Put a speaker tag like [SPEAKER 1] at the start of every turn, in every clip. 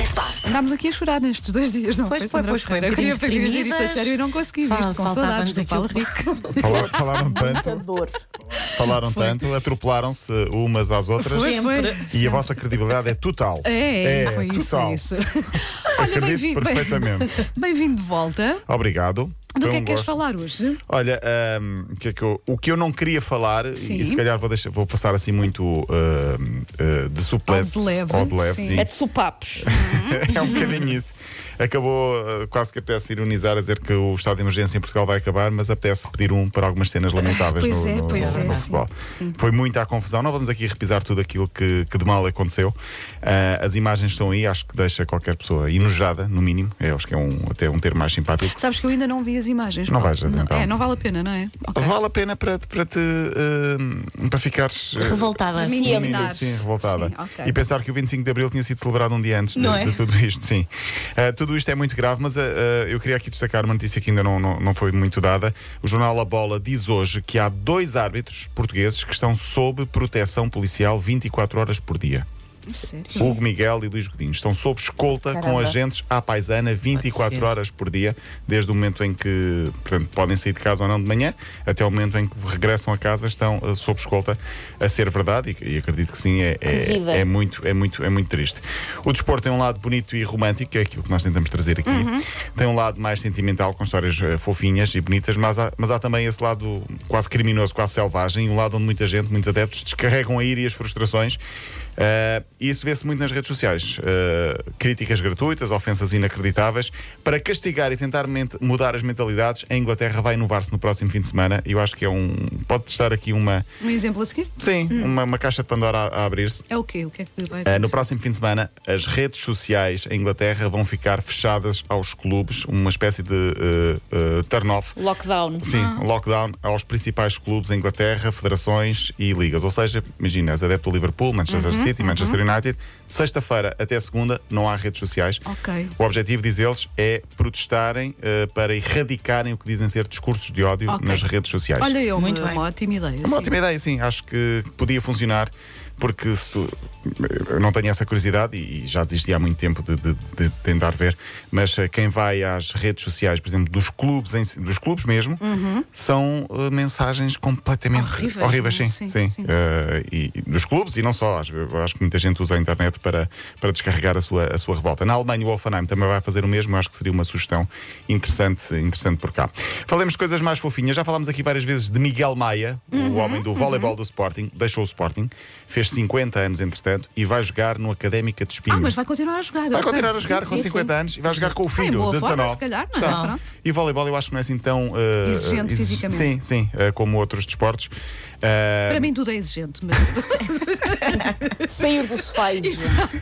[SPEAKER 1] repare.
[SPEAKER 2] Andámos aqui a chorar nestes dois dias, não
[SPEAKER 1] Pois
[SPEAKER 2] foi,
[SPEAKER 1] foi,
[SPEAKER 2] Sandra
[SPEAKER 1] pois foi,
[SPEAKER 2] Ferreira? Eu queria
[SPEAKER 1] um
[SPEAKER 2] fazer
[SPEAKER 1] bocadinho
[SPEAKER 2] dizer isto a
[SPEAKER 1] deprimidas.
[SPEAKER 2] sério e não consegui.
[SPEAKER 1] Fal-
[SPEAKER 2] Isto com
[SPEAKER 1] faltávamos
[SPEAKER 2] saudades do Paulo
[SPEAKER 1] daquilo.
[SPEAKER 2] Rico.
[SPEAKER 3] Fala- falaram
[SPEAKER 4] muita
[SPEAKER 3] tanto,
[SPEAKER 4] dor.
[SPEAKER 3] falaram tanto, atropelaram-se umas às outras
[SPEAKER 2] Foi, foi.
[SPEAKER 3] e a vossa credibilidade é total.
[SPEAKER 2] É, é, foi isso,
[SPEAKER 3] total.
[SPEAKER 2] foi isso. Olha,
[SPEAKER 3] Acredito
[SPEAKER 2] bem-vindo. bem-
[SPEAKER 3] perfeitamente.
[SPEAKER 2] Bem-vindo de volta.
[SPEAKER 3] Obrigado.
[SPEAKER 2] Do
[SPEAKER 3] Foi
[SPEAKER 2] que é
[SPEAKER 3] um
[SPEAKER 2] que queres
[SPEAKER 3] gosto.
[SPEAKER 2] falar hoje?
[SPEAKER 3] Olha, ahm, o que é que eu- o que eu não queria falar,
[SPEAKER 2] Sim.
[SPEAKER 3] e se calhar vou, deixar- vou passar assim muito ahm, ah, de suplesse
[SPEAKER 2] Ao de leve,
[SPEAKER 3] ao de leve,
[SPEAKER 2] sim.
[SPEAKER 3] sim.
[SPEAKER 4] É de sopapos.
[SPEAKER 3] É um bocadinho isso. Acabou, eh, quase que apetece ironizar a dizer que o estado de emergência em Portugal vai acabar, mas apetece pedir um para algumas cenas lamentáveis
[SPEAKER 2] Pois
[SPEAKER 3] no,
[SPEAKER 2] é,
[SPEAKER 3] no-
[SPEAKER 2] pois
[SPEAKER 3] no-
[SPEAKER 2] é,
[SPEAKER 3] no
[SPEAKER 2] sim,
[SPEAKER 3] futebol.
[SPEAKER 2] sim.
[SPEAKER 3] Foi muita a confusão. Não vamos aqui repisar tudo aquilo que, que de mal aconteceu. Ah, as imagens estão aí, acho que deixa qualquer pessoa enojada, no mínimo. Eu acho que é um, até um termo mais simpático.
[SPEAKER 2] Sabes que eu ainda não vi as imagens.
[SPEAKER 3] Não
[SPEAKER 2] Paulo.
[SPEAKER 3] vais, então.
[SPEAKER 2] É, não vale a pena, não é? Ok.
[SPEAKER 3] Vale a pena para, para te eh, para ficares eh,
[SPEAKER 1] Revoltada.
[SPEAKER 2] Mini-
[SPEAKER 3] no
[SPEAKER 2] Sim,
[SPEAKER 3] mínimo, Sim, revoltada.
[SPEAKER 2] tá. Sim, ok.
[SPEAKER 3] E pensar que o 25 de Abril tinha sido celebrado um dia antes de,
[SPEAKER 1] Não é?
[SPEAKER 3] de tudo isto, sim. Ah, tudo isto é muito grave, mas ah, ah, eu queria aqui destacar uma notícia que ainda não, não, não foi muito dada. O jornal A Bola diz hoje que há dois árbitros portugueses que estão sob proteção policial 24 horas por dia.
[SPEAKER 2] Sério?
[SPEAKER 3] Hugo Miguel e Luís Godinho estão sob escolta com
[SPEAKER 4] Caramba.
[SPEAKER 3] agentes à paisana 24
[SPEAKER 1] Pode ser.
[SPEAKER 3] horas por dia, desde o momento em que portanto, podem sair de casa ou não de manhã, até o momento em que regressam a casa, estão eh, sob escolta a ser verdade, e, e acredito que sim, é, é-
[SPEAKER 4] Que vida.
[SPEAKER 3] é muito, é, muito, é muito triste. O desporto tem um lado bonito e romântico, que é aquilo que nós tentamos trazer aqui, tem um lado mais sentimental, com histórias eh, fofinhas e bonitas, mas há, mas há também esse lado quase criminoso, quase selvagem, um lado onde muita gente, muitos adeptos, descarregam a ira e as frustrações. Eh, e isso vê-se muito nas redes sociais. Eh, críticas gratuitas, ofensas inacreditáveis. Para castigar e tentar ment- mudar as mentalidades, a Inglaterra vai inovar-se no próximo fim de semana. Eu acho que é um. Pode estar aqui uma.
[SPEAKER 2] Um exemplo a seguir?
[SPEAKER 3] Sim, uma, uma caixa de Pandora a- a abrir-se.
[SPEAKER 2] É o quê? O que é que vai
[SPEAKER 3] Uh,
[SPEAKER 2] acontecer?
[SPEAKER 3] no próximo fim de semana, as redes sociais em Inglaterra vão ficar fechadas aos clubes, uma espécie de uh, uh, turn-off.
[SPEAKER 4] Lockdown.
[SPEAKER 3] Sim, lockdown aos principais clubes em Inglaterra, federações e ligas. Ou seja, imagina, és adepto do Liverpool, Manchester
[SPEAKER 2] Uhum.
[SPEAKER 3] City, Manchester United, de sexta-feira até segunda não há redes sociais.
[SPEAKER 2] Ok.
[SPEAKER 3] O objetivo, diz eles, é protestarem uh, para erradicarem o que dizem ser discursos de ódio
[SPEAKER 2] Ok.
[SPEAKER 3] nas redes sociais.
[SPEAKER 2] Olha, eu,
[SPEAKER 1] Muito
[SPEAKER 2] uma
[SPEAKER 1] bem.
[SPEAKER 2] ótima ideia.
[SPEAKER 3] É uma
[SPEAKER 2] sim. Ah,
[SPEAKER 3] ótima ideia, sim. Acho que podia funcionar, porque se tu, eu não tenho essa curiosidade e e já desisti há muito tempo de, de- de tentar ver, mas eh, quem vai às redes sociais, por exemplo, dos clubes, em si- dos clubes mesmo, são eh, mensagens completamente
[SPEAKER 2] Uhum. Horríveis, não
[SPEAKER 3] sim.
[SPEAKER 2] é? Sim,
[SPEAKER 3] sim,
[SPEAKER 2] sim.
[SPEAKER 3] Eh, e, e dos clubes e não só. Acho, eu acho que muita gente usa a internet para, para descarregar a sua, a sua revolta. Na Alemanha, o Offenheim também vai fazer o mesmo. eu Acho que seria uma sugestão interessante, interessante por cá. Falemos de coisas mais fofinhas. Já falámos aqui várias vezes de Miguel Maia,
[SPEAKER 2] Uhum,
[SPEAKER 3] o homem do voleibol do Sporting. Deixou o Sporting, fez 50 anos entretanto e vai jogar no Académica de Espinho.
[SPEAKER 2] Ah, mas vai continuar a jogar.
[SPEAKER 3] Vai
[SPEAKER 2] ok.
[SPEAKER 3] continuar a
[SPEAKER 2] Sim,
[SPEAKER 3] jogar
[SPEAKER 2] sim,
[SPEAKER 3] com
[SPEAKER 2] sim.
[SPEAKER 3] 50 anos e vai jogar com o
[SPEAKER 2] Está em
[SPEAKER 3] filho
[SPEAKER 2] boa
[SPEAKER 3] de
[SPEAKER 2] forma,
[SPEAKER 3] 19.
[SPEAKER 2] se calhar, não é?
[SPEAKER 3] Está.
[SPEAKER 2] Pronto.
[SPEAKER 3] E voleibol eu acho que não é assim tão. eh,
[SPEAKER 2] Exigente
[SPEAKER 3] exi-
[SPEAKER 2] fisicamente.
[SPEAKER 3] Sim, sim, eh, como outros desportos. Eh,
[SPEAKER 2] Para mim tudo é exigente, mas
[SPEAKER 4] Sair do sofá e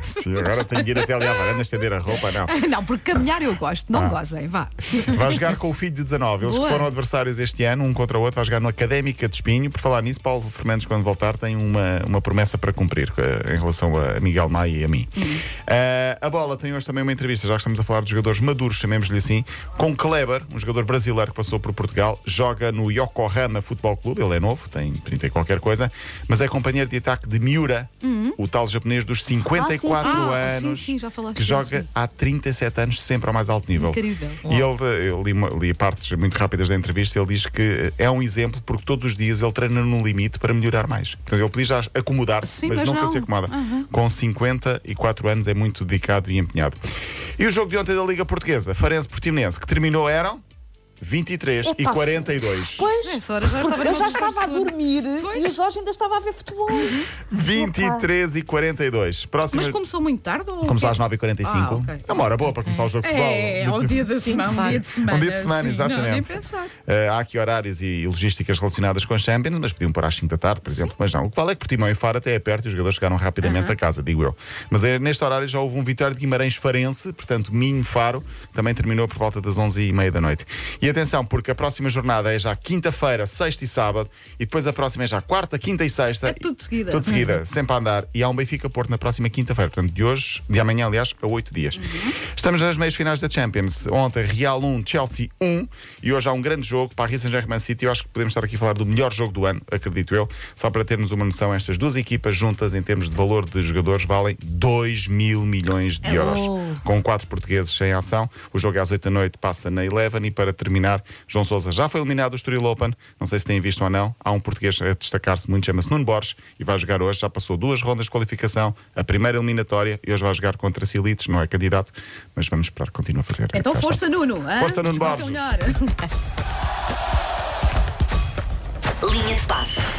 [SPEAKER 3] Sim, agora tenho que ir até ali à varanda estender a roupa, não.
[SPEAKER 2] não, porque caminhar eu gosto,
[SPEAKER 3] Ah.
[SPEAKER 2] não gozem, vá.
[SPEAKER 3] Vai jogar com o filho de 19. Eles que
[SPEAKER 2] Boa.
[SPEAKER 3] foram adversários este ano, um contra o outro, vai jogar no Académica de Espinho. Por falar nisso, Paulo Fernandes, quando voltar, tem uma, uma promessa para cumprir eh, em relação a Miguel Maia e a mim.
[SPEAKER 2] Uhum.
[SPEAKER 3] Eh, a bola tem hoje também uma entrevista, já que estamos a falar de jogadores maduros, chamemos-lhe assim, com Kleber, um jogador brasileiro que passou por Portugal, joga no Yokohama Futebol Clube, ele é novo, tem 30 e qualquer coisa, mas é companheiro de ataque de Miura, o tal japonês dos 54
[SPEAKER 2] Uhum. Ah, sim,
[SPEAKER 3] anos,
[SPEAKER 2] sim, já falaste
[SPEAKER 3] que joga
[SPEAKER 2] disso.
[SPEAKER 3] há 37 anos, sempre ao mais alto nível.
[SPEAKER 2] assim. Incrível.
[SPEAKER 3] E ele, eu li, uma- li partes muito rápidas da entrevista, ele diz que é um exemplo porque todos os dias ele treina no limite para melhorar mais. Portanto, ele podia já acomodar-se,
[SPEAKER 2] Sim,
[SPEAKER 3] mas,
[SPEAKER 2] mas
[SPEAKER 3] nunca
[SPEAKER 2] não.
[SPEAKER 3] se acomoda. Com 54 anos é muito dedicado e empenhado. E o jogo de ontem da Liga Portuguesa, Farense Portimonense, que terminou eram 23 e
[SPEAKER 4] Epá,
[SPEAKER 3] 42.
[SPEAKER 4] Pois,
[SPEAKER 2] Nessa hora já estava numa
[SPEAKER 4] eu já
[SPEAKER 2] dor de
[SPEAKER 4] estava a
[SPEAKER 2] sono.
[SPEAKER 4] dormir
[SPEAKER 2] Pois.
[SPEAKER 4] e o Jorge ainda estava a ver futebol.
[SPEAKER 3] 23 e 42. Próximo.
[SPEAKER 2] Mas começou muito tarde ou
[SPEAKER 3] Começou às
[SPEAKER 2] quê?
[SPEAKER 3] 9h45.
[SPEAKER 2] Ah, ok.
[SPEAKER 3] É uma hora boa para começar o jogo de futebol.
[SPEAKER 2] É, ao dia da semana, um dia de semana.
[SPEAKER 3] Um dia de semana,
[SPEAKER 2] sim.
[SPEAKER 3] exatamente.
[SPEAKER 2] Não, nem pensar.
[SPEAKER 3] Eh, há aqui horários e logísticas relacionadas com a Champions, mas podiam pôr às 5 da tarde, por exemplo. Mas não. O que vale é que Portimão e Faro até é perto e os jogadores chegaram rapidamente a casa, digo eu. Mas eh, neste horário já houve um Vitória de Guimarães Farense, portanto Minho Faro, também terminou por volta das 11h30 da noite. E a atenção, porque a próxima jornada é já quinta-feira, sexta e sábado, e depois a próxima é já quarta, quinta e sexta.
[SPEAKER 2] É tudo de seguida.
[SPEAKER 3] Tudo de seguida, sempre a andar. E há um Benfica Porto na próxima quinta-feira, portanto, de hoje, de amanhã, aliás, a oito dias. Estamos nas meias finais da Champions. Ontem, Real 1, Chelsea 1, e hoje há um grande jogo, Paris Saint-Germain City. Eu acho que podemos estar aqui a falar do melhor jogo do ano, acredito eu, só para termos uma noção. Estas duas equipas juntas, em termos de valor de jogadores, valem 2 mil milhões de euros
[SPEAKER 2] Oh.
[SPEAKER 3] com quatro portugueses em ação. O jogo é às 8 da noite, passa na Eleven. E para terminar, João Sousa já foi eliminado do Estoril Open. Não sei se têm visto ou não. Há um português a destacar-se muito, chama-se Nuno Borges, e vai jogar hoje. Já passou duas rondas de qualificação, a primeira eliminatória, e hoje vai jogar contra Silites. Não é candidato, mas vamos esperar que continue a fazer.
[SPEAKER 2] Então
[SPEAKER 3] Cá está.
[SPEAKER 2] força, Nuno. hã?
[SPEAKER 3] Força, Nuno
[SPEAKER 2] Desconfia
[SPEAKER 3] Borges.
[SPEAKER 2] melhor.
[SPEAKER 1] Linha de passe.